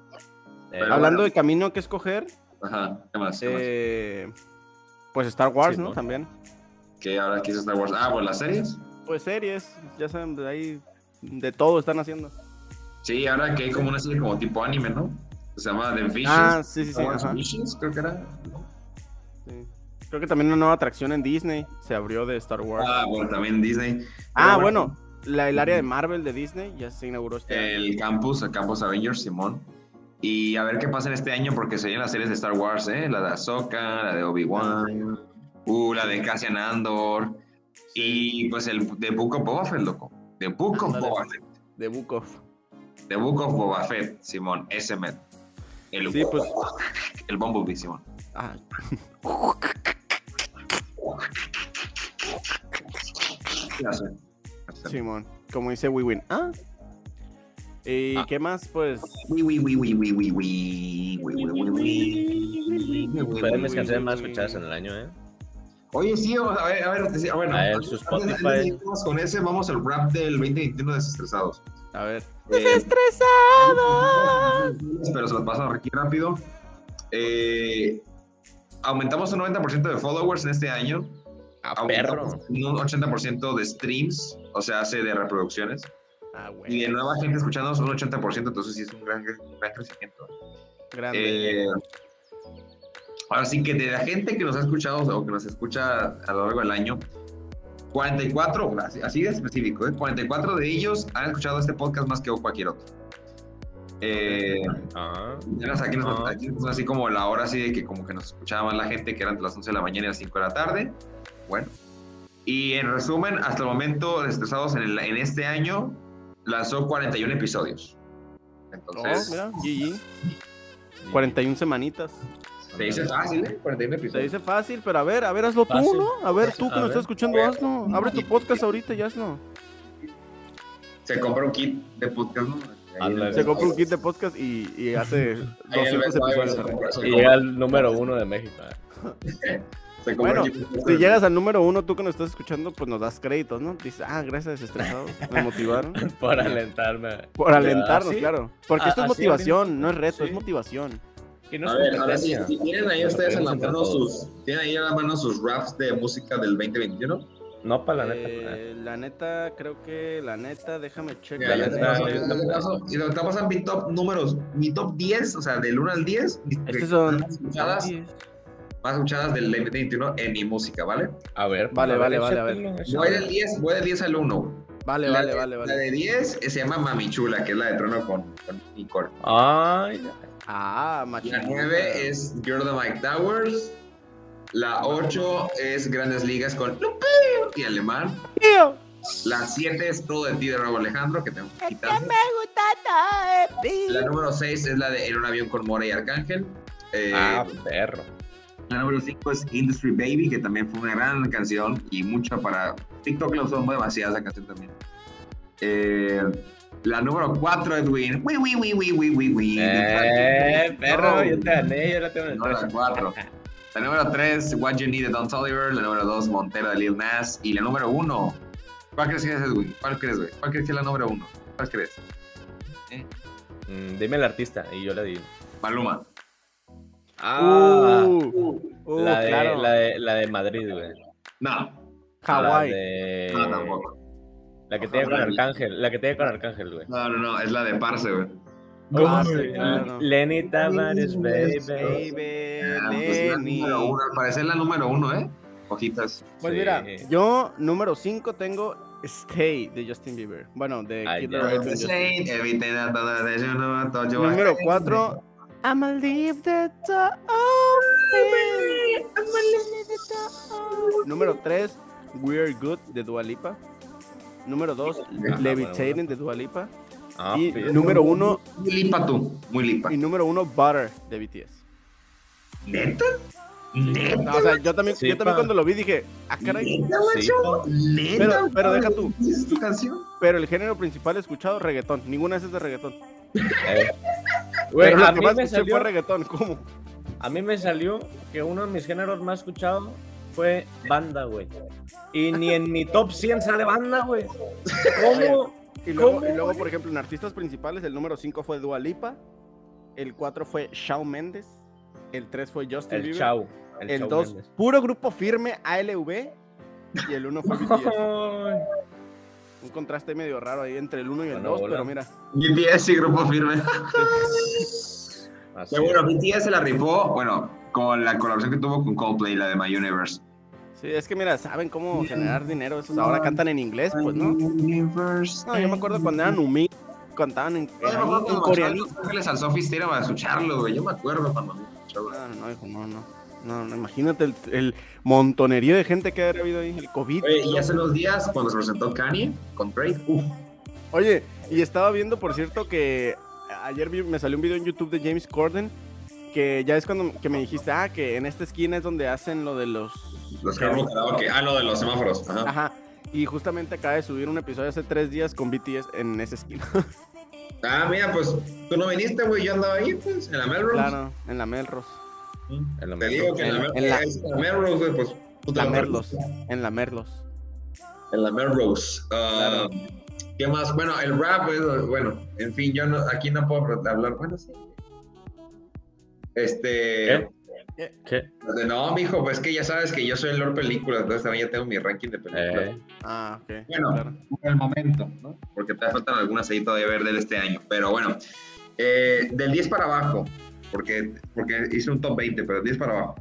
Eh, Pero Hablando bueno. de camino que escoger, ajá, ¿qué más? ¿Qué más? eh, pues Star Wars, Sí, ¿no? ¿no? También. ¿Qué ahora quiso Star Wars? Ah, bueno, las series. Pues series, ya saben, de ahí de todo están haciendo. Sí, ahora que hay como una serie como tipo anime, ¿no? Se llama The Visions. Ah, sí, sí, sí. Star Wars ajá, Visions, creo que era. sí. Creo que también una nueva atracción en Disney se abrió de Star Wars. Ah, bueno, también Disney. Ah, Pero bueno, la- el área de Marvel de Disney ya se inauguró este año. El campus, el campus Avengers, Simón. Y a ver qué pasa en este año, porque se vienen las series de Star Wars, ¿eh? La de Ahsoka, la de Obi-Wan, uh, la de Cassian Andor. Y pues el de Book of Boba Fett, loco. De Book of Ándale. Boba Fett. de Book of. The Book of Boba Fett, Simón. Ese met. El, Sí, pues. el Bumblebee, Simón. ah, Ya sé. Simón, como dice Wiwin. Ah. ¿Y Ah. qué más? Pues. Uy, uy, uy, uy, uy, uy, uy, uy, uy, uy, uy. Pueden mis canciones más escuchadas en el año, ¿eh? Oye, sí, vamos a ver, a ver, sí, bueno, A ver, antes- su antes- antes de Spotify. irnos con ese, vamos al rap del 2021 desestresados. A ver. ¡Desestresados! pero se lo paso aquí rápido. Eh, aumentamos un 90% de followers en este año. A Ah, perro. Aumentamos Un 80% de streams, o sea, hace de reproducciones. Ah, Y de güey. nueva gente escuchándonos un 80%, entonces sí es un gran, un gran crecimiento. Grande. Eh, ahora sí que de la gente que nos ha escuchado o que nos escucha a lo largo del año, 44, así- así de específico, ¿eh? 44 de ellos han escuchado este podcast más que cualquier otro. Eh, Ah, ya nos- aquí, nos, Ah. aquí nos- así como la hora así de que como que nos escuchaba más la gente que eran entre las 11 de la mañana y las 5 de la tarde. Bueno. Y en resumen, hasta el momento, Desestresados en, el- en este año lanzó 41 episodios. Oh, pues, Entonces, mira, GG. 41 semanitas. Se dice fácil, ¿eh? 41 Se episodios. dice fácil, pero a ver, a ver, hazlo tú, Fácil. ¿no? A ver, tú A que nos ver. estás escuchando, hazlo. Abre tu podcast ahorita y hazlo. Se compra un kit de podcast, ¿no? Ahí A la- en- Se compra un kit de podcast y, y hace ahí en 200 el Best Buy episodios. se compra- se Y compra- llega el número uno de México. eh. (laughs) se compra Bueno, un kit de si podcast. llegas al número uno, tú que nos estás escuchando, pues nos das créditos, ¿no? Dices, ah, gracias, estresados, (laughs) me motivaron. Por alentarme. Por alentarnos, Así- claro. Porque a- esto es ¿Ah, así motivación, no es reto, Sí. es motivación. Que no A es ver, ahora sí, competencia. si tienen ahí ustedes en la Competencia mano entre todos. sus, tienen ahí en la mano sus raps de música del 2021. No, para la neta. eh. Eh, la neta, creo que la neta, déjame checar. Mira, La yo te neta, paso- eh, yo la te paso- Y lo que pasa en mi top números, mi top 10, o sea, del 1 al 10, mis Estos son- más escuchadas, más escuchadas del 2021 en mi música, ¿vale? A ver. Vale, a vale, ver, vale, a ver. échatelo, échatelo. Voy del 10, voy del 10 al 1. güey. Vale, La vale, de- vale, La vale. de 10 eh, se llama Mami Chula, que es la de Trono con, con Nicole. Ay, Ah, machín. La 9 es You're the Mike Towers. La 8 es Grandes Ligas con Lupeo y Alemán. Tío, La 7 es todo de ti de Robo Alejandro, que tengo que quitar. La número 6 es la de En un avión con Mora y Arcángel. Eh, ah, perro. La número 5 es Industry Baby, que también fue una gran canción y mucha para TikTok la usó demasiado esa canción también. Eh, la número 4, Edwin. Wii, wii, wii, wii, wii, wii, wii. Eh, perro, No, yo te gané, yo la tengo en el No, la trash. 4. La número 3, What You Need de Don Toliver. La número 2, Montero de Lil Nas. Y la número 1, ¿cuál crees que es Edwin? ¿Cuál crees, güey? ¿Cuál crees que es la número 1? ¿Cuál crees? Mm, Dime el artista y yo le digo. Maluma. Ah, uh, la, de, claro. la, de, la de Madrid, güey. No, Hawái. La, de- Eh. no, tampoco. la que tiene con Arcángel. La que tiene con Arcángel, güey. No, no, no, es la de Parce, güey. Ah, Lenita sí, claro. Lenny Tavares, baby. Baby, Ah, pues es la Lenny. número uno, al parecer la número uno, ¿eh? Hojitas. Pues Sí. mira, yo número 5 tengo Stay de Justin Bieber. Bueno, de Ay, Kid ya. Laroi con Pues Justin. Número 4. I'ma leave the door open. Número 3. We're Good de Dua Lipa. Número 2. bueno, Levitating de Dua Lipa. Ah, Y perro. número 1. Muy lipa tú, muy lipa. Y número 1. Butter de BTS. ¿Neta? ¿Neta? No, o sea, yo también, Sí, yo también pa. cuando lo vi dije, ah, caray. ¿Neta, macho? ¿Neta? Pero, pero deja tú. ¿Esa es tu canción? Pero el género principal escuchado, reggaetón. Ninguna de esas es de reggaetón. Eh. Güey, pero lo a, que mí más me escuché fue salió, reggaetón. ¿Cómo? a mí me salió que uno de mis géneros más escuchados fue banda, güey. Y ni en mi top 100 sale banda, güey. (laughs) ¿Cómo? Y luego, ¿Cómo, y luego, güey? por ejemplo, en artistas principales, el número 5 fue Dua Lipa, el 4 fue Shawn Mendes, el 3 fue Justin El Bieber, chau. el chau 2 Méndez. puro grupo firme ALV y el 1 (laughs) fue BTS. Ay. Un contraste medio raro ahí entre el 1 y el Bueno, 2, hola. pero mira. BTS y Grupo Firme. Así Seguro, es. BTS se la rifó, bueno, con la colaboración que tuvo con Coldplay, la de My Universe. Sí, es que mira, saben cómo generar dinero esos. Ahora cantan en inglés, pues, ¿no? No, yo me Mm. acuerdo cuando eran humildes, cantaban en, Yo me acuerdo en cuando coreano. Los Ángeles al Sophie Stadium a escucharlo, güey. Yo me acuerdo cuando me escuchó, güey. No, no, hijo, no, no. No, no, imagínate el, el montonerío de gente que ha habido ahí, el COVID. Oye, y hace unos días, cuando se presentó Kanye con Drake, uff, Oye, y estaba viendo, por cierto, que ayer vi- me salió un video en YouTube de James Corden, que ya es cuando que me dijiste, ah, que en esta esquina es donde hacen lo de los... los carros karaoke. Ah, no, de los semáforos. Ajá. Ajá. Y justamente acaba de subir un episodio hace tres días con BTS en esa (laughs) esquina. Ah, mira, pues tú no viniste, güey. Yo andaba ahí, pues, en la Melrose. claro, en la Melrose. En lo Te mejor. digo que en la, En la- Melrose, Melrose, güey, pues. puta La madre. Merlos. En la Merlos. En la Melrose. Ah, ¿Qué más? Bueno, el rap, güey, bueno, en fin, yo no, aquí no puedo hablar. Bueno, sí. Este. ¿Qué? No, mijo, pues que ya sabes que yo soy el Lord Películas, entonces también ya tengo mi ranking de películas. Eh, Ah, ok. Bueno. claro. por el momento, ¿no? Porque todavía faltan algunas ahí todavía ver de este año. Pero bueno, eh, del 10 para abajo, porque, porque hice un top 20, pero del 10 para abajo.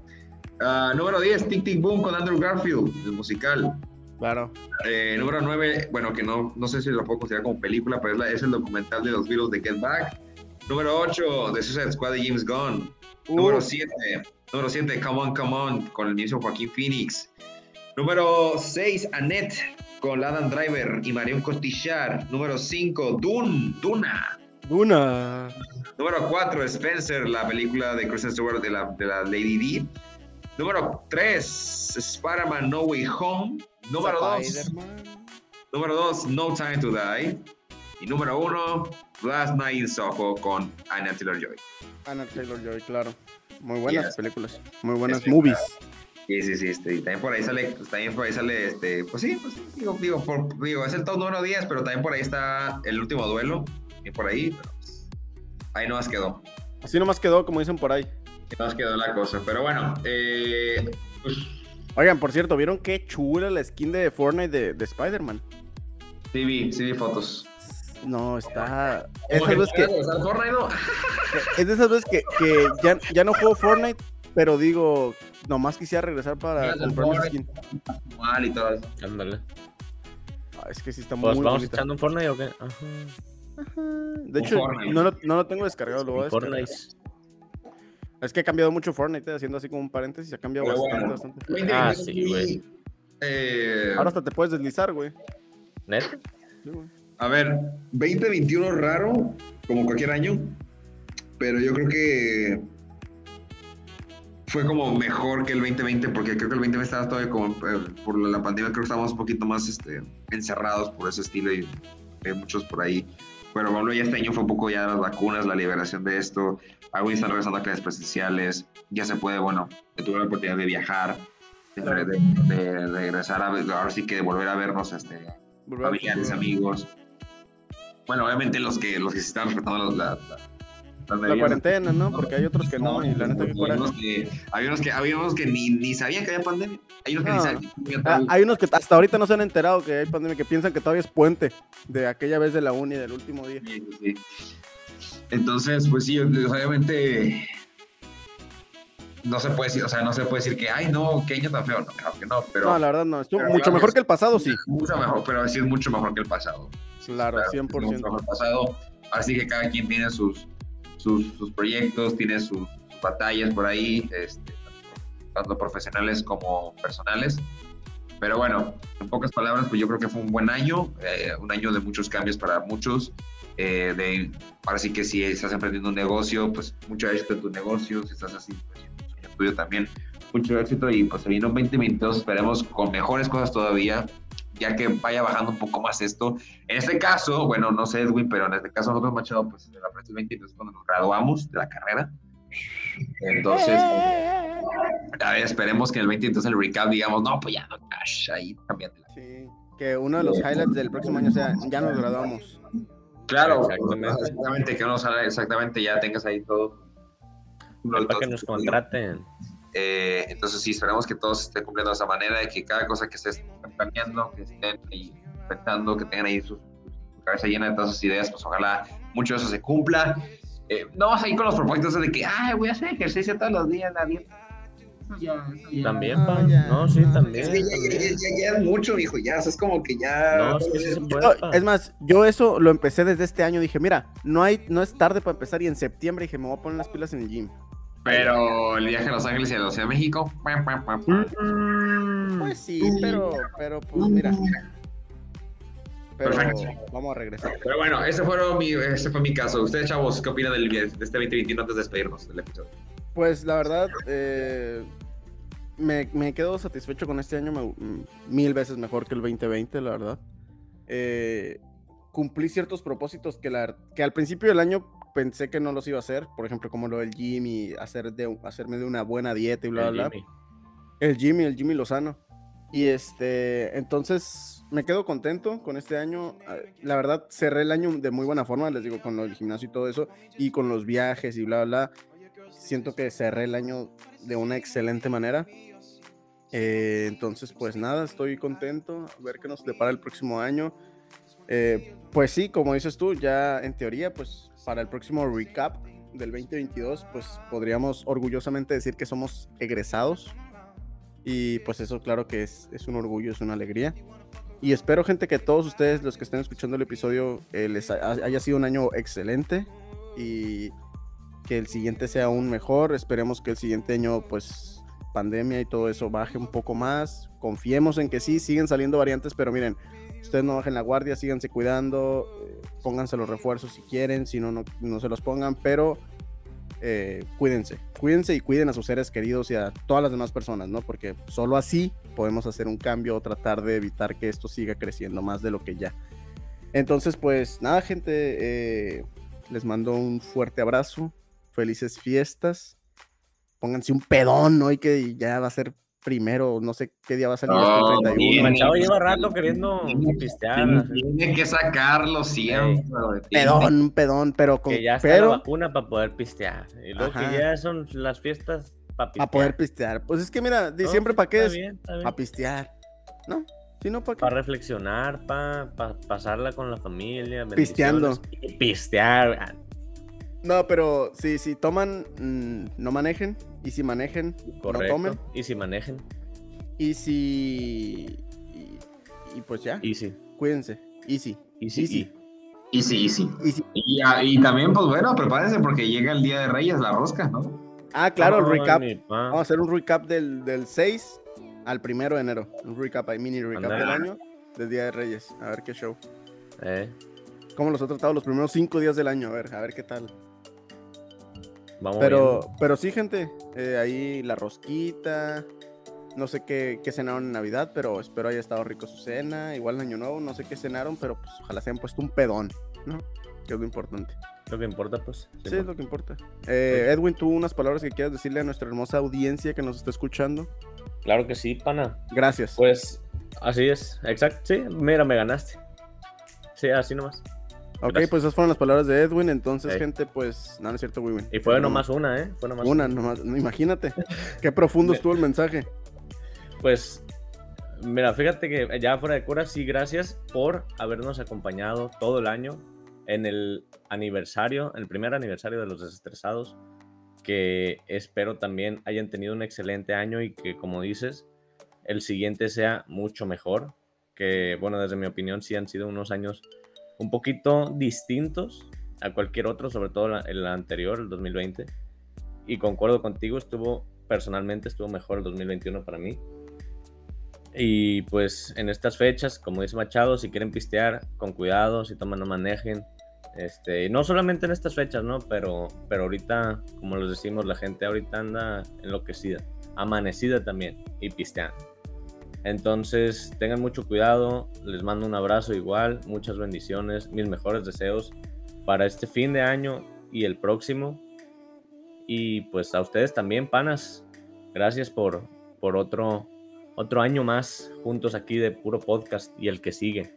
Ah, número 10, Tic Tic Boom con Andrew Garfield, el musical. Claro. Eh, número 9, bueno, que no, no sé si lo puedo considerar como película, pero es, la- es el documental de los Beatles de Get Back. Número 8, The Suicide Squad de James Gunn. Número Uh, 7, número 7, Come On, Come On, con el inicio Joaquín Phoenix. Número 6, Annette, con Adam Driver y Marion Costillar. Número 5, Dune, Duna, Duna. Número 4, Spencer, la película de Kristen Stewart de la, de la Lady D. Número 3, Spider-Man No Way Home. Número 2, Spider-Man. número 2, No Time to Die. Y número 1, Last Night in Soho con Anna Taylor-Joy. Anna Taylor Joy, claro. Muy buenas Yes. películas. Muy buenas Yes, movies. Sí, sí, sí, este, y también por ahí sale, también por ahí sale, este, pues sí, pues sí, digo, digo, por- digo, es el top número 10, pero también por ahí está el último duelo, y por ahí, pero, pues, ahí no más quedó, Así nomás quedó, como dicen por ahí. ahí no más quedó la cosa, pero bueno, eh, pues, Oigan, por cierto, ¿vieron qué chula la skin de Fortnite de, de Spider-Man? sí vi, sí vi fotos. No, está. Es, Como que algo es que, puede regresar Fortnite, ¿no? ah, es de esas veces que, que ya, ya no juego Fortnite, pero digo, nomás quisiera regresar para Juegas al comprarme esa skin. Fortnite. Mal y todo eso. Ándale. Ah, es que sí está muy Pues vamos bonita. echando un Fortnite o qué? Ajá. Ajá. De Un hecho, Fortnite. no lo, no lo tengo descargado, lo voy a Un descargar. Fortnite. Es que ha cambiado mucho Fortnite, eh, haciendo así como un paréntesis, ha cambiado Pero bastante, bueno. bastante. 20 Ah, minutos sí, güey. y, eh, Ahora hasta te puedes deslizar, güey. ¿Neta? Sí, güey. A ver, 2021 raro, como cualquier año, pero yo creo que fue como mejor que el 2020, porque creo que el 2020 estaba todavía como, eh, por la pandemia, creo que estábamos un poquito más este, encerrados por ese estilo y eh, muchos por ahí. Pero bueno, ya este año fue un poco ya las vacunas, la liberación de esto, algunos están regresando a clases presenciales, ya se puede, bueno, tuve la oportunidad de viajar, de, de- de regresar a, ahora sí que de volver a vernos este, Volver al familiares, futuro. amigos. Bueno, obviamente los que los que se están respetando las, la- la- las La medidas. cuarentena, ¿no? Porque hay otros que no, y la neta que Hay fuera. unos que- había unos que, había unos que ni, ni sabían que había pandemia. Hay unos que No. ni sabían que había Ah, tabú. hay unos que hasta ahorita no se han enterado que hay pandemia, que piensan que todavía es puente de aquella vez de la uni, del último día. Sí, sí, sí. Entonces, pues sí, obviamente no se puede decir, o sea, no se puede decir que, ay, no, qué año tan feo, no, claro que no, pero no, la verdad no, estuvo pero mucho digamos- mejor que el pasado, sí. mucho mejor, pero sí es mucho mejor que el pasado. Claro, Claro, es 100%. mucho mejor pasado. Así que cada quien tiene sus, sus, sus proyectos, tiene sus, sus batallas por ahí, este, tanto profesionales como personales. Pero bueno, en pocas palabras, pues yo creo que fue un buen año, eh, un año de muchos cambios para muchos. eh, de, ahora sí que si estás emprendiendo un negocio, pues mucho éxito en tu negocio, si estás así, pues, en el tuyo también, mucho éxito. Y pues se vino un 2022, esperemos con mejores cosas todavía, ya que vaya bajando un poco más esto. En este caso, bueno, no sé Edwin, pero en este caso nosotros Machado, pues en la prepa 22 cuando nos graduamos de la carrera. (laughs) Entonces, a ver, esperemos que en el 20 entonces el recap digamos, no, pues ya no, cash, ahí cambiate. Sí, que uno de los highlights del próximo año sea, ya nos graduamos. Claro, Exactamente. exactamente, exactamente que uno sabe exactamente, ya tengas ahí todo. Ahí Para que Entonces, nos contraten. Eh, entonces sí, esperamos que todos estén cumpliendo de esa manera, de que cada cosa que estés planeando, que estén ahí pensando, que tengan ahí su, su cabeza llena de todas sus ideas, pues ojalá mucho de eso se cumpla. Eh, no vas a ir con los propósitos de que, ay, voy a hacer ejercicio todos los días, la dieta". Eso ya- eso ya- También, pa. Ah, ya, No, sí, no, también. Es que ya, ya- también. ya- ya es mucho, hijo, ya, o sea, es como que ya... No, es que sí se No, puede. pa. es más, yo eso lo empecé desde este año. Dije, mira, no, hay, no es tarde para empezar. Y en septiembre dije, me voy a poner las pilas en el gym. Pero el viaje a Los Ángeles y a la Ciudad de México... Mm. Pues sí, pero, pero pues mira. Pues Pero Perfecto. vamos a regresar. Pero bueno, ese, fueron mi, ese fue mi caso. Ustedes, chavos, ¿qué opinan del, de este 2021 antes de despedirnos del episodio? Pues la verdad, eh, me, me quedo satisfecho con este año, me- mm, mil veces mejor que el 2020, la verdad. Eh, cumplí ciertos propósitos que, la, que al principio del año pensé que no los iba a hacer, por ejemplo, como lo del gym y hacer de, hacerme de una buena dieta y bla, El bla, bla. Jimmy. El Jimmy, el Jimmy Lozano. Y este, entonces me quedo contento con este año. Ah, La verdad, cerré el año de muy buena forma, les digo, con lo del gimnasio y todo eso, y con los viajes y bla, bla. bla. Siento que cerré el año de una excelente manera. Eh, entonces, pues nada, estoy contento. A ver qué nos depara el próximo año. Eh, pues sí, como dices tú, ya en teoría, pues para el próximo recap del 2022, pues podríamos orgullosamente decir que somos egresados. Y pues eso claro que es, es un orgullo, es una alegría. Y espero gente que todos ustedes, los que estén escuchando el episodio, eh, les ha- haya sido un año excelente y que el siguiente sea aún mejor. Esperemos que el siguiente año pues pandemia y todo eso baje un poco más. Confiemos en que sí, siguen saliendo variantes, pero miren, Ustedes no bajen la guardia, síganse cuidando, eh, pónganse los refuerzos si quieren, si no, no, no se los pongan, pero eh, cuídense. Cuídense y cuiden a sus seres queridos y a todas las demás personas, ¿no? Porque solo así podemos hacer un cambio o tratar de evitar que esto siga creciendo más de lo que ya. Entonces, pues nada, gente, eh, les mando un fuerte abrazo, felices fiestas, pónganse un pedón hoy que ya va a ser primero, no sé qué día va a salir. No, este 31. bien, Machado lleva rato queriendo pistear. Tiene que sacarlo siempre. güey. Tiene- pedón, un pedón, pero con Que ya está la pero vacuna para poder pistear. Y luego Ajá. que ya son las fiestas para pistear. a poder pistear. Pues es que mira, ¿no? diciembre para qué Está es bien, está bien. para pistear. ¿No? Si no para qué. Para reflexionar, para pasarla con la familia. Pisteando. bendiciones. Y pistear. ah, No, pero si si toman mm, no manejen y si manejen Correcto. tomen. Y si manejen. y si y, y pues ya, Y si. cuídense. Easy. Y si. Easy. Easy, easy. Easy. Y, ah, y también, pues bueno, prepárense porque llega el Día de Reyes, la rosca, ¿no? Ah, claro, el Ay, recap. mi pa. Vamos a hacer un recap del, del 6 al 1 de enero. Un recap, ahí, mini recap Ándale. del año del Día de Reyes. A ver qué show. Eh, ¿Cómo los ha tratado los primeros 5 días del año? A ver, a ver qué tal. vamos Pero, pero sí, gente, eh, ahí la rosquita. No sé qué, qué cenaron en Navidad, pero espero haya estado rico su cena. Igual en Año Nuevo, no sé qué cenaron, pero pues ojalá se hayan puesto un pedón, ¿no? Que es lo importante. viendo. Lo que importa, pues. Sí, Simón. es lo que importa. Eh, Edwin, tú unas palabras que quieras decirle a nuestra hermosa audiencia que nos está escuchando. Claro que sí, pana. Gracias. Pues así es. Exacto. Sí, mira, me ganaste. Sí, así nomás. ok, gracias. pues esas fueron las palabras de Edwin. Entonces, Ey. gente, pues, no, no es cierto, Edwin. Y fue nomás una, ¿eh? Fue nomás Una, nomás. Imagínate. (laughs) Qué profundo estuvo el mensaje. Pues, mira, fíjate que ya fuera de cura, sí, gracias por habernos acompañado todo el año en el aniversario, el primer aniversario de los desestresados, que espero también hayan tenido un excelente año y que, como dices, el siguiente sea mucho mejor, que, bueno, desde mi opinión sí han sido unos años un poquito distintos a cualquier otro, sobre todo la- el anterior, el 2020. Y concuerdo contigo, estuvo personalmente estuvo mejor el 2021 para mí. Y pues en estas fechas, como dice Machado, si quieren pistear, con cuidado, si toman, no manejen. Este, y no solamente en estas fechas, ¿no? Pero, pero ahorita, como les decimos, la gente ahorita anda enloquecida, amanecida también y pisteando. Entonces, tengan mucho cuidado, les mando un abrazo igual, muchas bendiciones, mis mejores deseos para este fin de año y el próximo. Y pues a ustedes también, panas, gracias por, por otro, otro año más juntos aquí de puro podcast y el que sigue.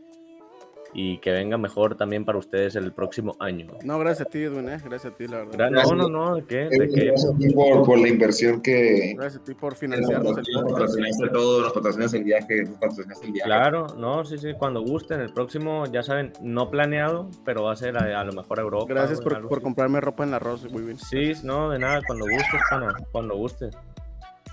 Y que venga mejor también para ustedes el próximo año. No, gracias a ti, Edwin, eh. Gracias a ti, la verdad. Gra- No, no, no, ¿de qué? ¿De qué? Gracias a ti por, por la inversión que Gracias a ti por que nos financiarnos el podcast. patrocinaste todo, nos patrocinaste el viaje, nos patrocinaste el viaje. Claro, no, sí, sí, cuando gusten. El próximo, ya saben, no planeado, pero va a ser a, a lo mejor a Europa. Gracias o por, algo por así. comprarme ropa en la Ross, muy bien. Sí, no, de nada, cuando gustes, pana, cuando gustes.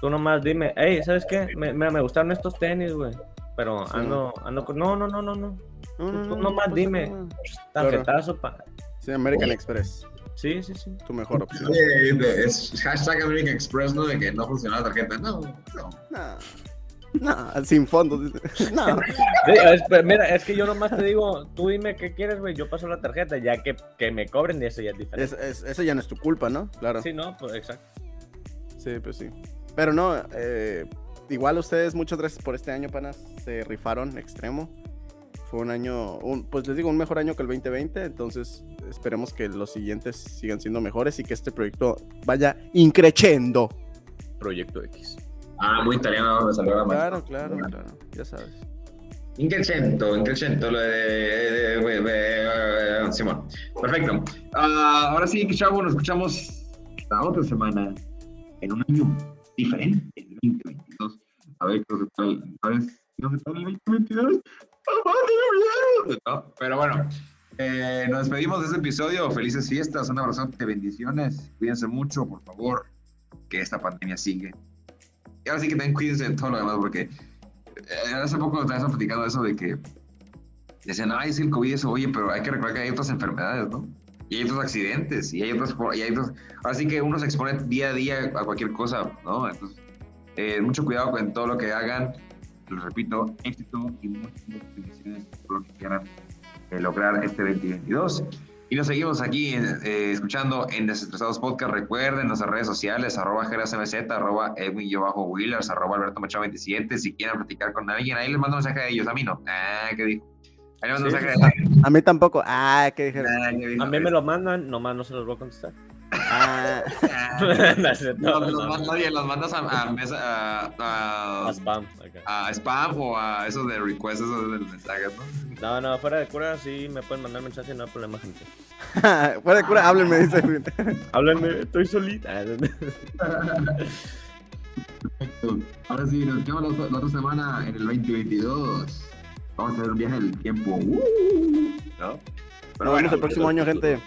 Tú nomás dime, hey, ¿sabes qué? Me, me, me gustaron estos tenis, güey. Pero ando, ando con... No, no, no, no, no. No, Tú- tú nomás pasa dime. nada. Tarjetazo, pa. Sí, American Express, Sí, sí, sí. (laughs) tu mejor opción. Eh, de- Es hashtag American Express, ¿no? De que no funciona la tarjeta. No, no. No, no, sin fondo. dice. (laughs) No, Sí, es- pero mira, es que yo nomás te digo, tú dime qué quieres, güey, yo paso la tarjeta, ya que, que me cobren y eso ya es es- diferente. es- eso ya no es tu culpa, ¿no? Claro. Sí, no, pues exacto. Sí, pues sí. Pero no, eh, igual a ustedes, muchas gracias por este año, panas. Se rifaron extremo. Fue un año, un- pues les digo, un mejor año que el 2020. Entonces, esperemos que los siguientes sigan siendo mejores y que este proyecto vaya increciendo. Proyecto X. Ah, muy italiano, me salió la mano. Claro, claro, claro. Ya sabes. Increscento, increscento. lo de- de- de- de- de- eh, Simón. Perfecto. Ah, ahora sí, chavo, nos escuchamos la otra semana en un año diferente, el 2022. A ver, creo que tal, tal vez, no sé, tal el ¡Oh, 2022. No, Pero bueno, eh, nos despedimos de este episodio. Felices fiestas, un abrazote, bendiciones. Cuídense mucho, por favor, que esta pandemia sigue. Y ahora sí que también cuídense de todo lo demás, porque eh, hace poco estabas platicando eso de que decían, ay, es el COVID, eso, oye, pero hay que recordar que hay otras enfermedades, ¿no? Y hay otros accidentes, y hay otros, por- y hay otros... Así que uno se expone día a día a cualquier cosa, ¿no? Entonces, eh, mucho cuidado con todo lo que hagan. Les repito, éxito y muchas, muchas felicidades por lo que quieran eh, lograr este 2022. Y nos seguimos aquí eh, escuchando en Desestresados Podcast. Recuerden nuestras redes sociales, arroba GerasMZ, arroba Edwin-Willers, arroba Alberto Machado 27. Si quieren platicar con alguien, ahí les mando un mensaje a ellos. A mí no. Ah, ¿qué dijo? Ahí les mando Sí, un mensaje sí, a A mí tampoco. Ah, ¿qué dijeron? Ah, ¿qué dijo? A mí me lo mandan, nomás no se los voy a contestar. (laughs) Ah, (laughs) Ah, No es cierto, no, los, los no. mandas- oye, los mandas a, a mesa- a- a- A spam. acá. a spam o a esos de requests, esos de mensajes, ¿no? No, no, fuera de cura sí me pueden mandar mensaje, no hay problema, gente. fuera de cura, háblenme, dice. Háblenme, estoy solita. Ahora sí, nos vemos la, otra semana en el 2022. Vamos a hacer un viaje del tiempo. ¡Uh! ¿No? Nos vemos el próximo año, gente.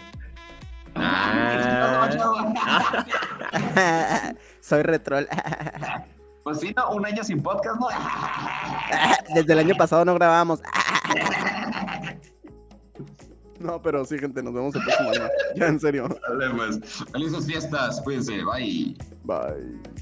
Ah. (laughs) Soy retrol. (laughs) Pues sí, ¿no? Un año sin podcast, ¿no? Desde el año pasado no grabamos. (laughs) No, pero sí, gente, nos vemos el próximo año. Ya, en serio. Dale, pues. Felices fiestas, cuídense, bye. Bye.